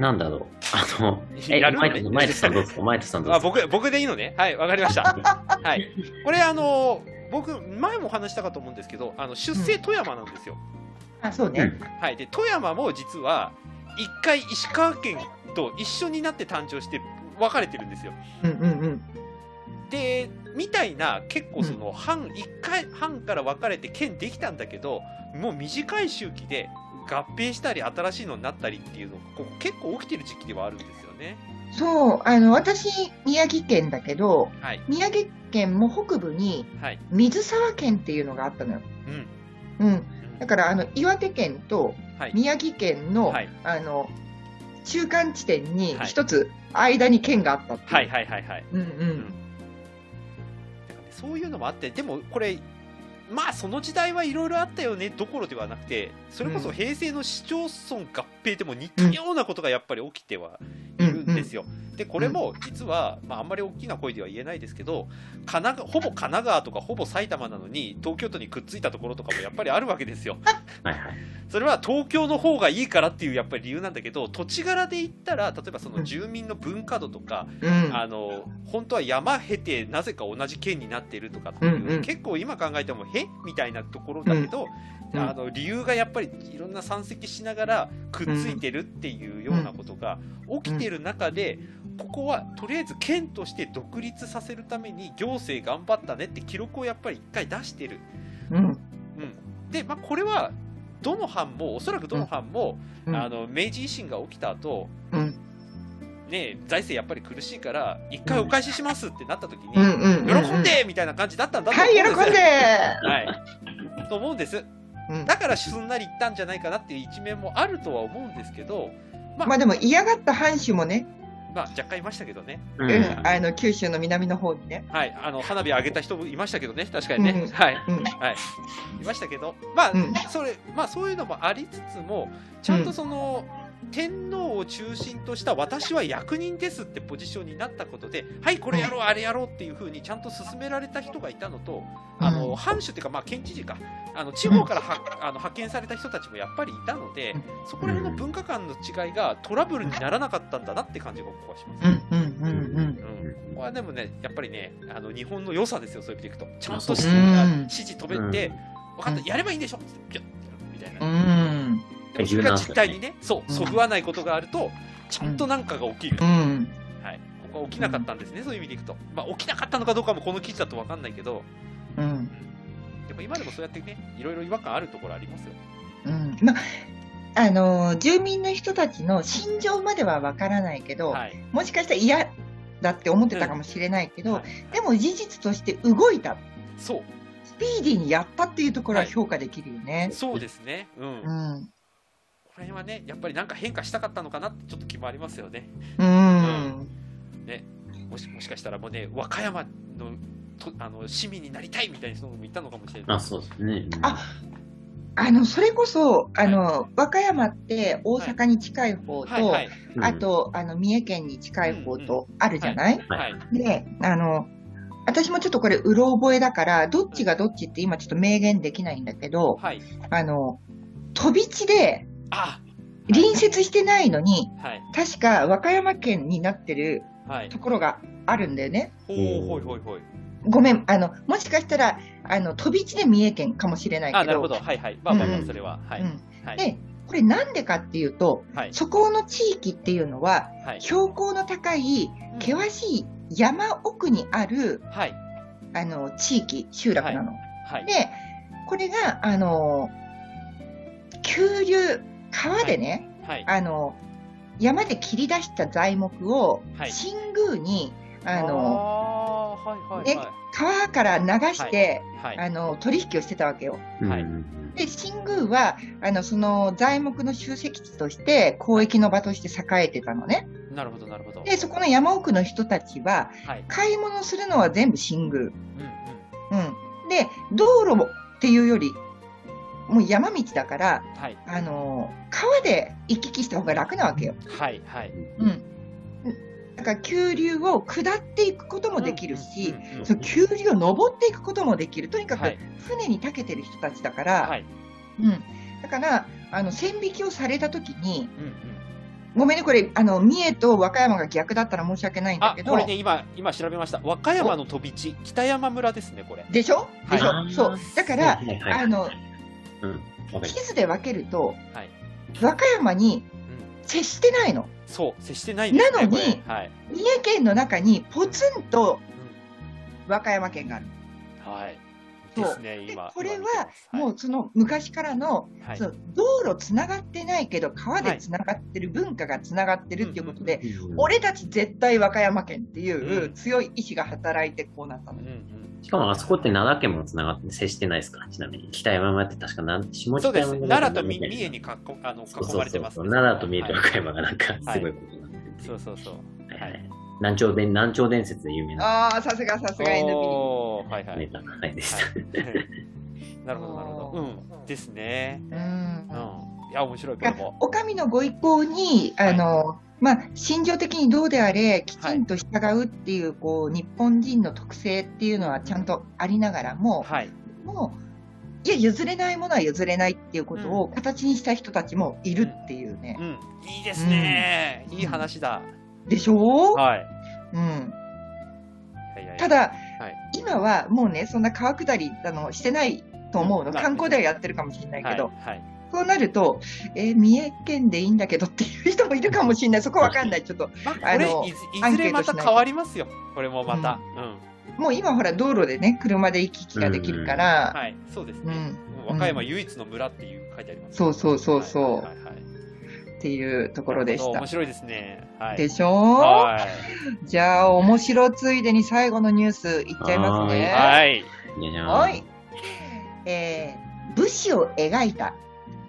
Speaker 3: なんだろう。あの、え、
Speaker 2: やるの
Speaker 3: マ
Speaker 2: ね
Speaker 3: イトマイトさ んどうですかマイトさんどうで
Speaker 2: あ
Speaker 3: すか
Speaker 2: 僕、僕でいいのね。はい、わかり ました。はい。これ、あのー僕、前もお話したかと思うんですけど、あの、出生富山なんですよ。
Speaker 1: あそうね、
Speaker 2: はい。で、富山も実は、一回石川県と一緒になって誕生して、分かれてるんですよ。
Speaker 1: うんうんうん
Speaker 2: で、みたいな、結構その、半、一回、半から分かれて県できたんだけど、もう短い周期で合併したり、新しいのになったりっていうのが、ここ結構起きてる時期ではあるんですよね。
Speaker 1: そうあの私、宮城県だけど、
Speaker 2: はい。
Speaker 1: 宮城県も北部に
Speaker 2: はい。
Speaker 1: 水沢県っていうのがあったのよ。
Speaker 2: うん。
Speaker 1: うん、
Speaker 2: うん
Speaker 1: だからあの岩手県と
Speaker 2: はい。
Speaker 1: 宮城県の,、
Speaker 2: はい。
Speaker 1: あの中間地点に
Speaker 2: はい
Speaker 1: 一つ間に県があったっていう。
Speaker 2: はいはいはいはい。
Speaker 1: うんうん
Speaker 2: だからねそういうのもあって、でもこれ、まあその時代はいろいろあったよねどころではなくて、それこ
Speaker 1: う
Speaker 2: そ
Speaker 1: ん
Speaker 2: 平成の市町村合併でも似たようなことがやっぱり起きてはいるんですよ。でこれも実は、まあ、あんまり大きな声では言えないですけど神奈川ほぼ神奈川とかほぼ埼玉なのに東京都にくっついたところとかもやっぱりあるわけ ですよ。
Speaker 3: はいはい。
Speaker 2: それは東京の方がいいからっていうやっぱり理由なんだけど土地柄で言ったら例えばその住民の文化度とか
Speaker 1: うん。
Speaker 2: あの本当は山経てなぜか同じ県になっているとかっていう、
Speaker 1: うんうん
Speaker 2: 結構今考えてもへみたいなところだけど、
Speaker 1: うん
Speaker 2: あの理由がやっぱりいろんな山積しながらくっついてるっていうようなことが起きてる中で、ここはとりあえず県として独立させるために行政頑張ったねって記録をやっぱり一回出してる。
Speaker 1: うん。
Speaker 2: うん、で、まあ、これはどの藩もおそらくどの藩も、
Speaker 1: うん
Speaker 2: あの明治維新が起きた後、
Speaker 1: うん
Speaker 2: ね財政やっぱり苦しいから一回お返ししますってなった時に、
Speaker 1: うん。うん。う
Speaker 2: 喜んでみたいな感じだったんだと
Speaker 1: はい、
Speaker 2: 思うん
Speaker 1: 喜ん
Speaker 2: です
Speaker 1: で
Speaker 2: よ、はい、と思うんです
Speaker 1: うん
Speaker 2: だからすんなりいったんじゃないかなっていう一面もあるとは思うんですけど、
Speaker 1: まあでも嫌がった藩主もね、
Speaker 2: まあ、若干いましたけどね、
Speaker 3: う
Speaker 1: うん、あの、九州の南の方にね。
Speaker 2: はい、あの花火上げた人もいましたけどね確かにね、
Speaker 1: うん
Speaker 2: はい、
Speaker 1: うん。
Speaker 2: はい、いましたけど、まあ、
Speaker 1: うん
Speaker 2: それ、まあ、そういうのもありつつも、ちゃんとその、天皇を中心とした私は役人ですってポジションになったことで、はい、これやろう、あれやろうっていうふうにちゃんと進められた人がいたのと、あの、藩主っていうか、まあ、県知事か、あの、地方からは、あの、派遣された人たちもやっぱりいたので、そこら辺の文化間の違いがトラブルにならなかったんだなって感じが僕はします。
Speaker 1: うん、うん、うん、うん。
Speaker 2: うん、これはでもね、やっぱりね、あの日本の良さですよ、そういう意味でいくと。ちゃんとし
Speaker 1: うん
Speaker 2: 指示止めて、
Speaker 3: うん
Speaker 2: 分かった、やればいいんでしょピュッみたいな。
Speaker 1: う
Speaker 2: で
Speaker 1: ん。
Speaker 2: もそれが実態にね、そう、
Speaker 1: うん
Speaker 2: そぐわないことがあると、ちゃんとなんかが起きる。
Speaker 1: うん。
Speaker 2: はい、ここは起きなかったんですね、そういう意味でいくと。まあ、起きなかったのかどうかもこの記事だと分かんないけど、
Speaker 1: うん。
Speaker 2: でも今でもそうやってね、いろいろ違和感あるところありますよ。
Speaker 1: うん。まあ、あの、住民の人たちの心情まではわからないけど、
Speaker 2: はい。
Speaker 1: もしかしたら嫌だって思ってたかもしれないけど、
Speaker 2: はい
Speaker 1: でも事実として動いた。
Speaker 2: そう、
Speaker 1: スピーディーにやったっていうところは評価できるよね。
Speaker 2: そうですね。うん。こ
Speaker 1: うん。
Speaker 2: の辺はね、やっぱりなんか変化したかったのかなってちょっと気もありますよね。
Speaker 1: うん。
Speaker 2: もしもしかしたらもうね、和歌山のとあの市民になりたいみたいな人もいたのかもしれない。
Speaker 3: あ、そうですね。うん
Speaker 1: ああの、それこそ、あの、和歌山って大阪に近い方と、
Speaker 2: はいはい
Speaker 3: うん
Speaker 1: あ、と、あの、三重県に近い方とあるじゃない、
Speaker 2: はい。
Speaker 1: で、あの、私もちょっとこれ、うろ覚えだから、どっちがどっちって今ちょっと明言できないんだけど、
Speaker 2: はい。
Speaker 1: あの、飛び地で
Speaker 2: あ
Speaker 1: 隣接してないのに、
Speaker 2: はい。
Speaker 1: 確か和歌山県になってる
Speaker 2: はい。
Speaker 1: ところがあるんだよね。
Speaker 2: ほうほいほいほい。
Speaker 1: ごめん、あの、もしかしたら、あの、飛び地で三重県かもしれないけど。
Speaker 2: あ、なるほど。はいはい。まあまあま
Speaker 1: う
Speaker 2: あ、
Speaker 1: ん
Speaker 2: それは。はい。
Speaker 1: うん
Speaker 2: はい。
Speaker 1: で、これなんでかっていうと、
Speaker 2: はい。
Speaker 1: そこの地域っていうのは、
Speaker 2: はい。
Speaker 1: 標高の高い、険しい山奥にある、
Speaker 2: はい。
Speaker 1: あの、地域、集落なの。
Speaker 2: はい。
Speaker 1: で、これが、あの、急流、川でね、
Speaker 2: はい。
Speaker 1: あの、山で切り出した材木を、
Speaker 2: はい
Speaker 1: 新宮に、あの、
Speaker 2: の、はいはい
Speaker 1: ね川から流して、
Speaker 2: はい。はい。
Speaker 1: あの、取引をしてたわけよ。
Speaker 3: うん
Speaker 2: はい
Speaker 1: で、新宮は、あの、その材木の集積地として、交易の場として栄えてたのね。
Speaker 2: なるほどなるほど。
Speaker 1: で、そこの山奥の人たちは、
Speaker 2: はい。
Speaker 1: 買い物するのは全部新宮。うん。
Speaker 2: うんうん。
Speaker 1: で、道路もっていうより、もう山道だから、
Speaker 2: はい。
Speaker 1: あの、川で行き来した方が楽なわけよ。
Speaker 2: はいはい。
Speaker 1: うん。だから、急流を下っていくこともできるし
Speaker 2: う、んうんうん
Speaker 1: その急流を登っていくこともできる。とにか
Speaker 2: は
Speaker 1: く
Speaker 2: い、
Speaker 1: 船に長けてる人たちだから、
Speaker 2: はい。
Speaker 1: うん。だから、あの、線引きをされたときに、
Speaker 2: うんうん。
Speaker 1: ごめんね、これ、あの、三重と和歌山が逆だったら申し訳ないんだ
Speaker 2: あ
Speaker 1: け、ど、
Speaker 2: これね、今、今調べました。和歌山の飛び地、北山村ですね、これ。
Speaker 1: でしょでしょ、
Speaker 3: はい
Speaker 1: そう。だから
Speaker 3: は、いはい
Speaker 1: あの、
Speaker 3: うん、わかりま
Speaker 1: 地図で分けると、
Speaker 2: はい
Speaker 1: 和歌山に
Speaker 2: ん
Speaker 1: 接してないの。
Speaker 2: そう、接してないんですね。
Speaker 1: なのに
Speaker 2: これはい。
Speaker 1: 三重県の中にポツンと和歌山県がある。
Speaker 2: はい。
Speaker 1: そう
Speaker 2: ですね、
Speaker 1: で
Speaker 2: 今。
Speaker 1: これは
Speaker 2: 今見てますい
Speaker 1: もうその昔からの、
Speaker 2: はい
Speaker 1: その道路つながってないけど、川でつながってる、文化がつながってるっていうことで、
Speaker 3: すうん
Speaker 1: 俺たち絶対和歌山県っていううん強い意志が働いてこうなったの
Speaker 2: うん
Speaker 1: よ。
Speaker 2: うん
Speaker 3: しかもあそこって奈良県もつながって接してないですから、ちなみに。北山村って確かなん下北
Speaker 2: そうで
Speaker 3: 山
Speaker 2: す。
Speaker 3: 村
Speaker 2: 奈良とみ
Speaker 3: みたいな
Speaker 2: 三重に囲あの
Speaker 3: そう
Speaker 2: 囲
Speaker 3: そ
Speaker 2: ま
Speaker 3: う
Speaker 2: れて
Speaker 3: そう
Speaker 2: ます
Speaker 3: そ
Speaker 2: ね、
Speaker 3: う。奈良と三重と和
Speaker 2: はい
Speaker 3: 歌山がなんかすごいことになってる
Speaker 2: そうそうそう。
Speaker 3: はいはい南朝伝、南朝伝説で有名な
Speaker 1: ああ、さすがさすが NB。
Speaker 2: おーはいはい。は
Speaker 3: ネ
Speaker 2: い
Speaker 3: タ。はいでした。
Speaker 2: なるほどなるほど。うんですね。
Speaker 1: うん
Speaker 2: うん。いや面白いこれも。
Speaker 1: お上のご意向に、あの、まあ、心情的にどうであれ、きちんと従うっていう、こう、日本人の特性っていうのはちゃんとありながらも、
Speaker 2: はい。
Speaker 1: もう、いや、譲れないものは譲れないっていうことを形にした人たちもいるっていうね
Speaker 2: う。ん。いいですね。
Speaker 1: うん
Speaker 2: いい話だ。
Speaker 1: でしょう、
Speaker 2: はい。
Speaker 1: うん。
Speaker 2: いやいやいや
Speaker 1: た、だ、
Speaker 2: はい
Speaker 1: 今はもうね、そんな川下りあのしてないと思う
Speaker 2: う
Speaker 1: の。
Speaker 2: ん
Speaker 1: 観光ではやってるかもしれないけど、
Speaker 2: はい。はい
Speaker 1: そうなると、えー三重県でいいんだけどっていう人もいるかも しれない。そこわかんない。ちょっと、
Speaker 2: まあ、こ
Speaker 1: あ
Speaker 2: れ
Speaker 1: の
Speaker 2: いずいずれまた変わりますよ。これもまた。うん。
Speaker 1: もう今ほら、道路でね、車で行き来ができるから、
Speaker 2: はい。そうです
Speaker 1: うん、
Speaker 2: ね。うん和歌山唯一の村っていう書いてありますね。
Speaker 1: そうそうそうそう
Speaker 2: はいはいはいはい
Speaker 1: っていうところでし
Speaker 2: なるほど
Speaker 1: た
Speaker 2: 面。白いですね。はい。
Speaker 1: でしょ
Speaker 2: はい。
Speaker 1: じゃあ、面白ついでに最後のニュースいっちゃいますね。
Speaker 2: はい。
Speaker 3: いやじゃあ
Speaker 1: はい。えー、武士を描いた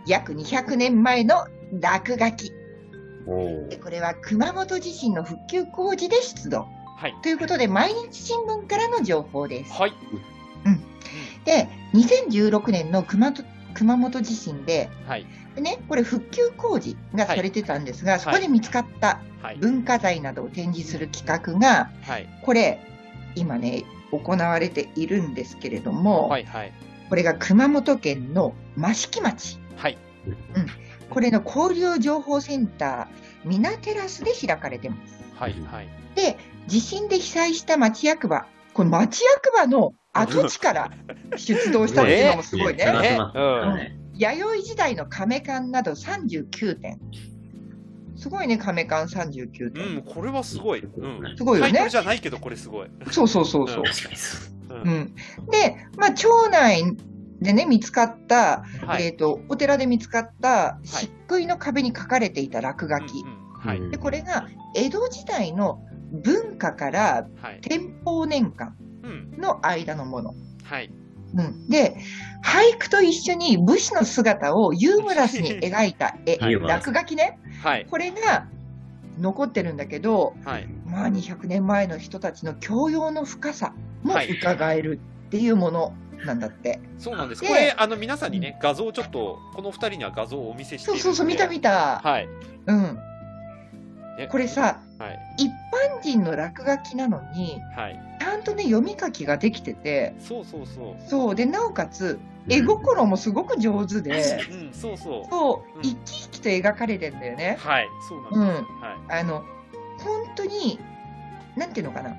Speaker 1: 約200年前の落書き。
Speaker 3: おー
Speaker 1: でこれは熊本地震の復旧工事で出土。
Speaker 2: はい。
Speaker 1: ということで、毎日新聞からの情報です。
Speaker 2: はい。
Speaker 1: で、2016年の熊と熊本地震で、
Speaker 2: はい。
Speaker 1: ね、これ復旧工事がされてたんですが、
Speaker 2: い
Speaker 1: そこで見つかった
Speaker 2: はい。
Speaker 1: 文化財などを展示する企画が、
Speaker 2: はい。
Speaker 1: これ、今ね、行われているんですけれども、
Speaker 2: はい。はい。
Speaker 1: これが熊本県の益城町。
Speaker 2: はい。
Speaker 1: これの交流情報センター、ミナテラスで開かれてます。
Speaker 2: はい。はい。
Speaker 1: で、地震で被災した町役場、この町役場の跡地から出動したっていうのもすごい ね
Speaker 3: えー。
Speaker 2: え
Speaker 3: まあ
Speaker 2: うん。
Speaker 3: ね
Speaker 1: 弥生時代の亀缶など39点。すごいね、亀缶39
Speaker 2: う
Speaker 1: 点。
Speaker 2: ん、これはすごい。うん。
Speaker 1: すごいよ
Speaker 2: タイト
Speaker 1: ね
Speaker 2: ル。じゃないけど、これすごい。
Speaker 1: そうそうそうそう。
Speaker 3: 確かにそう。
Speaker 2: うん
Speaker 1: うん、で、まあ、町内でね、見つかった、
Speaker 2: は
Speaker 1: え
Speaker 2: い。
Speaker 1: っ、と、お寺で見つかった、漆喰の壁に書かれていた落書き。
Speaker 2: うんうんはい。
Speaker 1: で、これが、江戸時代の文化から
Speaker 2: はい。
Speaker 1: 天保年間
Speaker 2: うん。
Speaker 1: の間のもの。
Speaker 2: はい。
Speaker 1: うん、で、俳句と一緒に武士の姿をユーモラスに描いた 絵、
Speaker 3: はい
Speaker 1: 落書きね。
Speaker 2: はい。
Speaker 1: これが残ってるんだけど、
Speaker 2: はい。
Speaker 1: まあ、200年前の人たちの教養の深さも
Speaker 2: はい
Speaker 1: 伺えるっていうものなんだって、
Speaker 2: そうなんです。
Speaker 1: で
Speaker 2: これ、あの、皆さんにね、画像をちょっと、この二人には画像をお見せしてい
Speaker 1: そう
Speaker 2: るんで。
Speaker 1: そうそう見た見た、
Speaker 2: はい。
Speaker 1: うん
Speaker 2: え
Speaker 1: これ、さ
Speaker 2: はい。
Speaker 1: 一般人の落書きなのに
Speaker 2: はい。
Speaker 1: ちゃんとね読み書きができてて
Speaker 2: そうそうそう。
Speaker 1: そうでなおかつ絵心もすごく上手で、
Speaker 2: うん、そうそう。
Speaker 1: そう
Speaker 2: うん
Speaker 1: 生き生きと描かれてんだよね
Speaker 2: はい。そうな
Speaker 1: う
Speaker 2: んで
Speaker 1: ん
Speaker 2: す。はい。
Speaker 1: あの本当になんていうのかな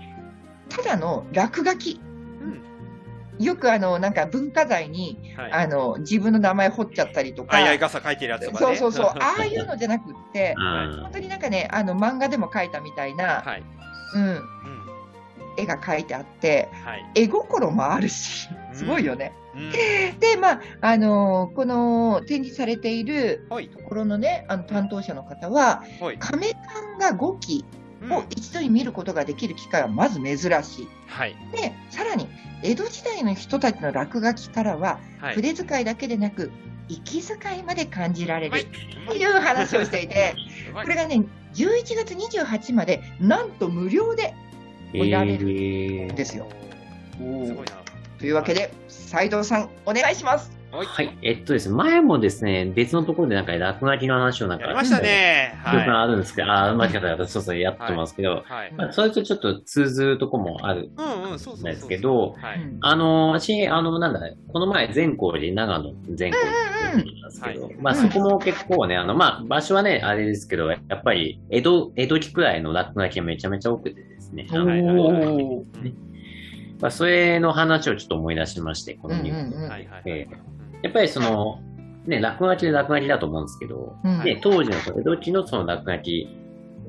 Speaker 1: ただの落書き
Speaker 2: うん。
Speaker 1: よくあのなんか文化財に
Speaker 2: はい。
Speaker 1: あの自分の名前彫っちゃったりとか、
Speaker 2: あいあい傘書いてるやつとか
Speaker 1: そう
Speaker 2: ね。
Speaker 1: そう そう、ああいうのじゃなくって、
Speaker 3: あ
Speaker 1: 本当になんかね、あの漫画でも描いたみたいな、
Speaker 2: はい。
Speaker 1: うん、
Speaker 2: うん。
Speaker 1: 絵が描いてあって、
Speaker 2: はい。
Speaker 1: 絵心もあるし
Speaker 2: う、ん
Speaker 1: すごいよね。
Speaker 2: うん。
Speaker 1: で、まあ、あのーこの展示されている
Speaker 2: はい。
Speaker 1: ところのね、あの担当者の方は、
Speaker 2: はい。
Speaker 1: 亀缶が5機
Speaker 2: うん
Speaker 1: を一度に見ることができる機会はまず珍しい。
Speaker 2: はい。
Speaker 1: で、さらに、江戸時代の人たちの落書きからは、
Speaker 2: はい。
Speaker 1: 筆遣いだけでなく、息遣いまで感じられ
Speaker 2: うまい
Speaker 1: るという話をしていて、
Speaker 2: うまい
Speaker 1: これがね、11月28まで、なんと無料で
Speaker 3: ー
Speaker 1: 見られる
Speaker 3: えー
Speaker 1: ですよ。
Speaker 2: すごいな。
Speaker 1: というわけで、斉藤さん、お願いします。
Speaker 2: はい。
Speaker 3: はい。えっとですね、前もですね、別のところでなんか落書きの話をなんか。
Speaker 2: やりました。ね。
Speaker 3: 記憶が
Speaker 2: は
Speaker 3: あるんですけど、ああ、間違った、私そうそう、やってますけど、
Speaker 2: い。はい。
Speaker 3: まあ、それとちょっと通ずるとこもあるん
Speaker 2: うんうん、そうそうそう。
Speaker 3: ですけ。ど、
Speaker 2: は
Speaker 1: う
Speaker 2: い。
Speaker 1: ん
Speaker 3: あのー、し、あの、なんだ、この前、善光寺、長野善光寺っていうところなんですけど、
Speaker 2: うんうん
Speaker 3: まあ、そこも結構ね、あの、まあ、場所はね、あれですけど、やっぱり、江戸、江戸期くらいの落書きがめちゃめちゃ多くてですね、
Speaker 1: お
Speaker 2: はいはい
Speaker 1: ー
Speaker 3: まあ、それの話をちょっと思い出しまして、こ
Speaker 1: う
Speaker 3: の
Speaker 1: ん
Speaker 3: ニュース。
Speaker 1: うんうん
Speaker 2: はいはい。
Speaker 3: えやっぱりその、ね、落書きで落書きだと思うんですけど、
Speaker 1: うん
Speaker 3: で、当時のその江戸期のその落書き、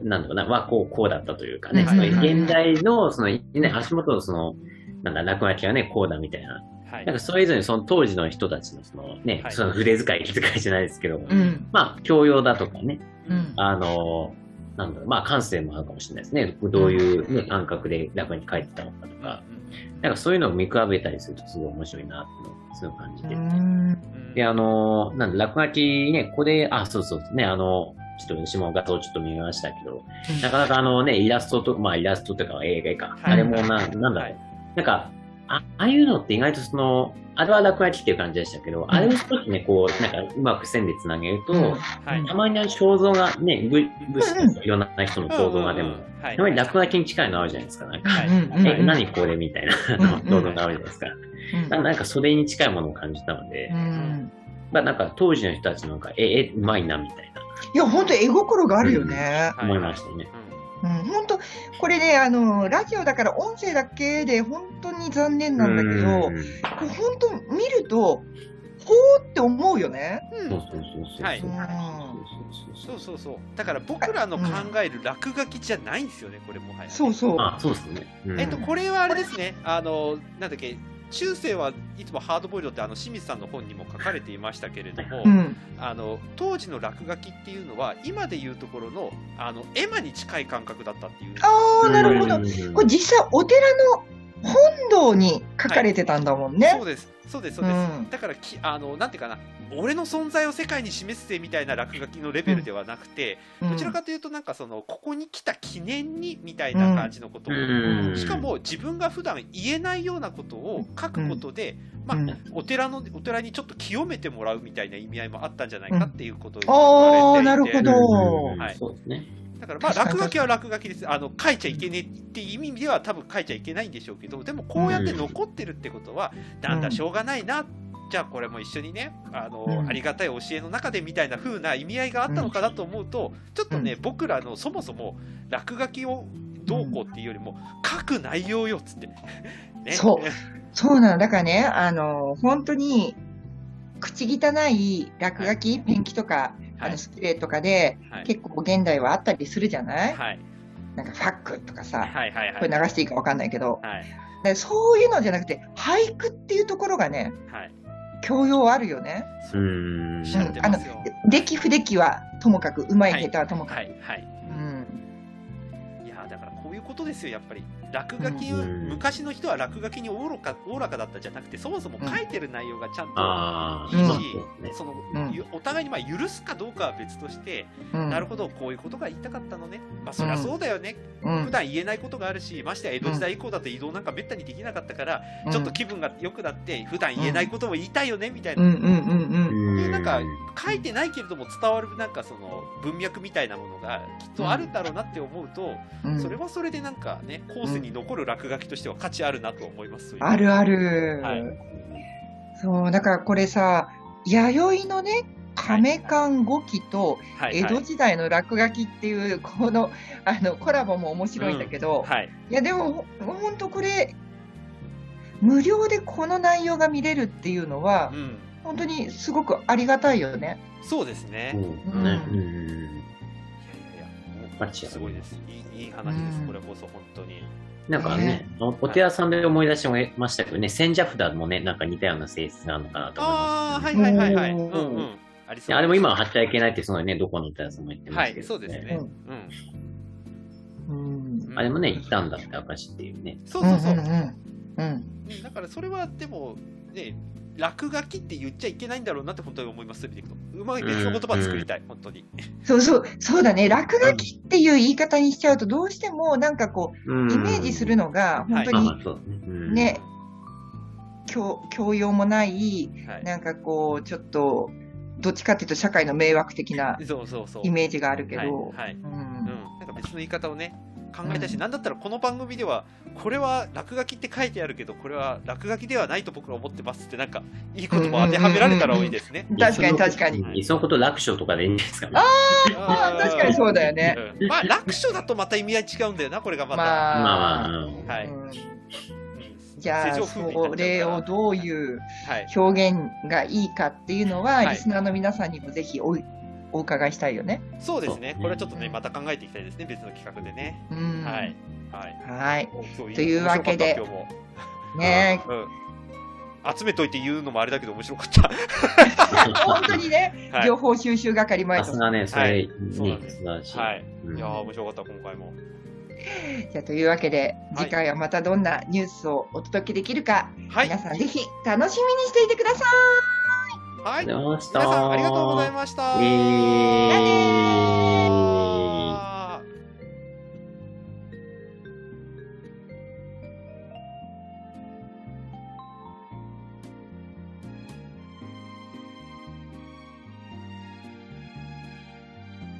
Speaker 3: なんだろうな、はこう、こうだったというか
Speaker 1: う
Speaker 3: ね、
Speaker 1: ん
Speaker 3: その現代の、その、ね、足元のその、なんだ、落書きはね、こうだみたいな。
Speaker 2: はい
Speaker 3: なんかそれぞれその当時の人たちのそのね、
Speaker 2: はい
Speaker 3: その筆遣い、気遣いじゃないですけど、
Speaker 1: うん
Speaker 3: まあ、教養だとかね、
Speaker 1: うん
Speaker 3: あの、なんだろう、まあ、感性もあるかもしれないですね。どういう、ね、感覚で落書き書いてたのかとか、なんかそういうのを見比べたりするとすごい面白いなっていうのをすごい感じ
Speaker 1: う
Speaker 3: て。
Speaker 1: ん
Speaker 2: うん
Speaker 3: で、あのーなんだ落書きね、ここで、あ、そうそうね、あの、ちょっと私も画像ちょっと見ましたけど、なかなかあのね、イラストと、まあイラストとか映画か、
Speaker 2: はい
Speaker 3: あれもな、なんだろう、
Speaker 2: はい
Speaker 3: なんか、あああいうのって意外とその、あれは落書きっていう感じでしたけど、あれを少しね、こう、なんかうまく線でつなげると、
Speaker 2: はい。
Speaker 3: たまにあの肖像がね、ぶ武士とかいろんな人の肖像がでも
Speaker 2: うん、うんうんはい
Speaker 3: たまに落書きに近いのあるじゃないですか、なんか。
Speaker 2: はい
Speaker 1: うんうん
Speaker 3: え、何これみたいなあの
Speaker 1: うん
Speaker 3: 肖像があるじゃないですか。ななんかそれに近いものを感じたので
Speaker 1: う、ん
Speaker 3: まあなんか当時の人たちのなんか、え、え、うまいなみたい
Speaker 1: いや、本当絵心があるよね。
Speaker 3: な思いましたね。
Speaker 1: うん、本当これね、あの、ラジオだから音声だけで本当に残念なんだけど、
Speaker 3: うん
Speaker 1: これ本当見ると、ほーって思うよね。
Speaker 2: うん
Speaker 3: そうそうそうそう。
Speaker 2: はい
Speaker 3: そうそう
Speaker 2: そ
Speaker 3: そうう
Speaker 2: そうそう。だから僕らの考える落書きじゃないんですよね、これもはや。
Speaker 1: そうそう。
Speaker 3: あ、そうですね。うん
Speaker 2: えっと、これはあれですね、あの、なんだっけ、中世はいつもハードボイルドってあの清水さんの本にも書かれていましたけれども、
Speaker 1: うん、
Speaker 2: あの当時の落書きっていうのは今でいうところのあの絵馬に近い感覚だったっていう
Speaker 1: ああ、なるほ
Speaker 3: う
Speaker 1: ど。
Speaker 3: ん
Speaker 1: これ実際お寺の本堂に書かれてたんだもんね。
Speaker 2: そうですそうですそうです、
Speaker 1: うん
Speaker 2: だからきあのなんていうかな俺の存在を世界に示すぜみたいな落書きのレベルではなくて、
Speaker 1: うん
Speaker 2: どちらかというとなんかそのここに来た記念にみたいな感じのことを、
Speaker 3: うん
Speaker 2: しかも自分が普段言えないようなことを書くことで、まあ
Speaker 1: うん
Speaker 2: お寺のお寺にちょっと清めてもらうみたいな意味合いもあったんじゃないかっていうことを
Speaker 1: ああ、
Speaker 2: 言わ
Speaker 1: なる
Speaker 2: れて
Speaker 1: ほ
Speaker 2: いて
Speaker 1: ど。
Speaker 3: うん
Speaker 2: はい
Speaker 3: そうですね。
Speaker 2: だからまあ
Speaker 1: 確か
Speaker 2: 落
Speaker 1: に
Speaker 2: 書きは落書きですあの書いちゃいけねえっていう意味では多分書いちゃいけないんでしょうけどでもこうやって残ってるってことはなんだしょうがないなじゃあこれも一緒にねあの、
Speaker 1: うん
Speaker 2: ありがたい教えの中でみたいな風な意味合いがあったのかなと思うとちょっとね、僕らのそもそも落書きをどうこうっていうよりも書く内容よっつって ね
Speaker 1: そう そうなの。だからね、あの、本当に、口汚い落書き、ペンキとか、
Speaker 2: は
Speaker 1: あ
Speaker 2: い
Speaker 1: のスプレーとかで、
Speaker 2: はい
Speaker 1: 結構現代はあったりするじゃない、
Speaker 2: はい
Speaker 1: なんかファックとかさ、
Speaker 2: はいはいは
Speaker 1: こ
Speaker 2: い
Speaker 1: れ流していいかわかんないけど、
Speaker 2: はい
Speaker 1: でそういうのじゃなくて、俳句っていうところがね、
Speaker 2: はい
Speaker 1: 教養あるよね。
Speaker 2: そううお
Speaker 3: ん
Speaker 2: っ。しゃってますよ
Speaker 1: 出来不出来はともかく、うまい
Speaker 2: はい
Speaker 1: 下手はともかく。
Speaker 2: はいはい
Speaker 1: うん
Speaker 2: いやーだからこういうことですよ、やっぱり。落書きを、
Speaker 3: うん
Speaker 2: 昔の人は落書きにおおらかおおらかだったじゃなくて、そもそも書いてる内容がちゃんと
Speaker 3: ああ、
Speaker 1: うん
Speaker 3: そうですね
Speaker 2: その、
Speaker 1: うん
Speaker 2: ゆお互いにまあ許すかどうかは別として、
Speaker 1: うん
Speaker 2: なるほど、こういうことが言いたかったのね、まあ、そりゃそうだよね、
Speaker 1: うん
Speaker 2: 普段言えないことがあるし、ましてや江戸時代以降だって移動なんかめったにできなかったから、ちょっと気分が良くなって、普段言えないことも言いたいよねみたいな
Speaker 1: うん、うんうんうんうん。
Speaker 3: う
Speaker 2: でなんか書いてないけれども伝わるなんかその文脈みたいなものがきっとあるんだろうなって思うと。
Speaker 1: うん
Speaker 2: それはそれでなんかね、後世に残る落書きとしては価値あるなと思います。そういう
Speaker 1: あるある。
Speaker 2: はい
Speaker 1: そう、だからこれさ、弥生のね、亀館五期と
Speaker 2: はい
Speaker 1: 江
Speaker 2: はい
Speaker 1: 戸時代の落書きっていう、この、 あの、コラボも面白いんだけど、
Speaker 2: はい。
Speaker 1: いや、でも、ほほんとこれ、無料でこの内容が見れるっていうのは
Speaker 2: う、ん。
Speaker 1: 本当にすごくありがたいよね。
Speaker 2: そうですね。い
Speaker 3: うんね
Speaker 1: うん
Speaker 3: うん
Speaker 2: やいやいやも
Speaker 3: バッ
Speaker 2: う
Speaker 3: チリ
Speaker 2: すごいです。いいいい話です
Speaker 1: う。ん
Speaker 2: これこそ本当に。
Speaker 3: なんかね、あのお寺さんで思い出してましたけどね、千社札もね、なんか似たような性質なのかなと思い
Speaker 2: あ
Speaker 3: ま
Speaker 2: あ、は
Speaker 3: す、
Speaker 2: い
Speaker 3: ね。
Speaker 2: はいはいはい。う
Speaker 1: うん
Speaker 2: んうん。ありそう。
Speaker 3: あれも今は貼っちゃいけないって、そのね、どこのお寺さんも言ってま
Speaker 2: は
Speaker 3: すけ
Speaker 2: い、
Speaker 3: ど、
Speaker 2: そうですね。
Speaker 1: う
Speaker 2: うん。
Speaker 1: うん。
Speaker 2: うん
Speaker 3: あれもね、行ったんだって証っていうね。
Speaker 2: そうそうそう
Speaker 1: うん。うん
Speaker 2: うんだからそれはでも、ね、落書きって言っちゃいけないんだろうなって本当に思います。見ていくと。うまい別の言葉作りたい、本当に。
Speaker 1: うんそうそう、そうだね。落書きっていう言い方にしちゃうと、どうしてもなんかこ
Speaker 3: イ
Speaker 1: う、イメージするのが、本当
Speaker 3: まあ
Speaker 1: に
Speaker 3: まあそうですね。うん
Speaker 1: ね、教教養もない、
Speaker 2: はい。
Speaker 1: なんかこう、ちょっと、どっちかっていうと社会の迷惑的な
Speaker 2: そうそうそう。
Speaker 1: イメージがあるけ
Speaker 2: はい
Speaker 1: ど、
Speaker 2: はい。
Speaker 1: う
Speaker 2: うん
Speaker 1: ん、
Speaker 2: なんか別の言い方をね考えたし、
Speaker 1: うん
Speaker 2: なんだったらこの番組ではこれは落書きって書いてあるけどこれは落書きではないと僕ら思ってますってなんかいいことも当てはめられたら多いいですね。
Speaker 1: 確かに確かに。
Speaker 3: いっそのこと楽勝とかでいいんですかね。
Speaker 1: あー 確かにそうだよね。
Speaker 2: うんまあ楽勝だとまた意味合い違うんだよなこれがまた。
Speaker 1: まあ
Speaker 3: まあまあ、うん
Speaker 2: はい。
Speaker 1: うん
Speaker 2: うん
Speaker 1: じゃ
Speaker 2: 正
Speaker 1: あ、
Speaker 2: 常風味にな
Speaker 1: そ
Speaker 2: っち
Speaker 1: れ
Speaker 2: ゃう
Speaker 1: を
Speaker 2: か
Speaker 1: どういう
Speaker 2: らはい。
Speaker 1: 表現がいいかっていうのは、
Speaker 2: はい
Speaker 1: リスナーの皆さんにもぜひおお伺いしたいよね。
Speaker 2: そうですね
Speaker 3: そう。
Speaker 2: これはちょっとねまた考えていきたいですね別の企画でね。
Speaker 1: うん
Speaker 2: はい。はい。
Speaker 1: はい
Speaker 2: そ
Speaker 1: というわけで
Speaker 2: 面白かった
Speaker 1: ね
Speaker 2: 今日もうん集めといて言うのもあれだけど面白かった。
Speaker 1: え本当にね、
Speaker 2: はい
Speaker 1: 情報収集係前
Speaker 3: さ
Speaker 1: と
Speaker 3: す。がね、そ
Speaker 2: は
Speaker 3: れ
Speaker 2: い
Speaker 3: に
Speaker 2: そうなんで
Speaker 3: 素晴らしい。
Speaker 2: はい。
Speaker 3: うん
Speaker 2: いやー面白かった今回も。
Speaker 1: じゃあというわけで、
Speaker 2: い
Speaker 1: 次回はまたどんなニュースをお届けできるか、
Speaker 2: はい。
Speaker 1: 皆さんぜひ楽しみにしていてください。
Speaker 2: はい。
Speaker 3: ありがとうございました。
Speaker 2: 皆さんありがとうございました。
Speaker 3: イエーイ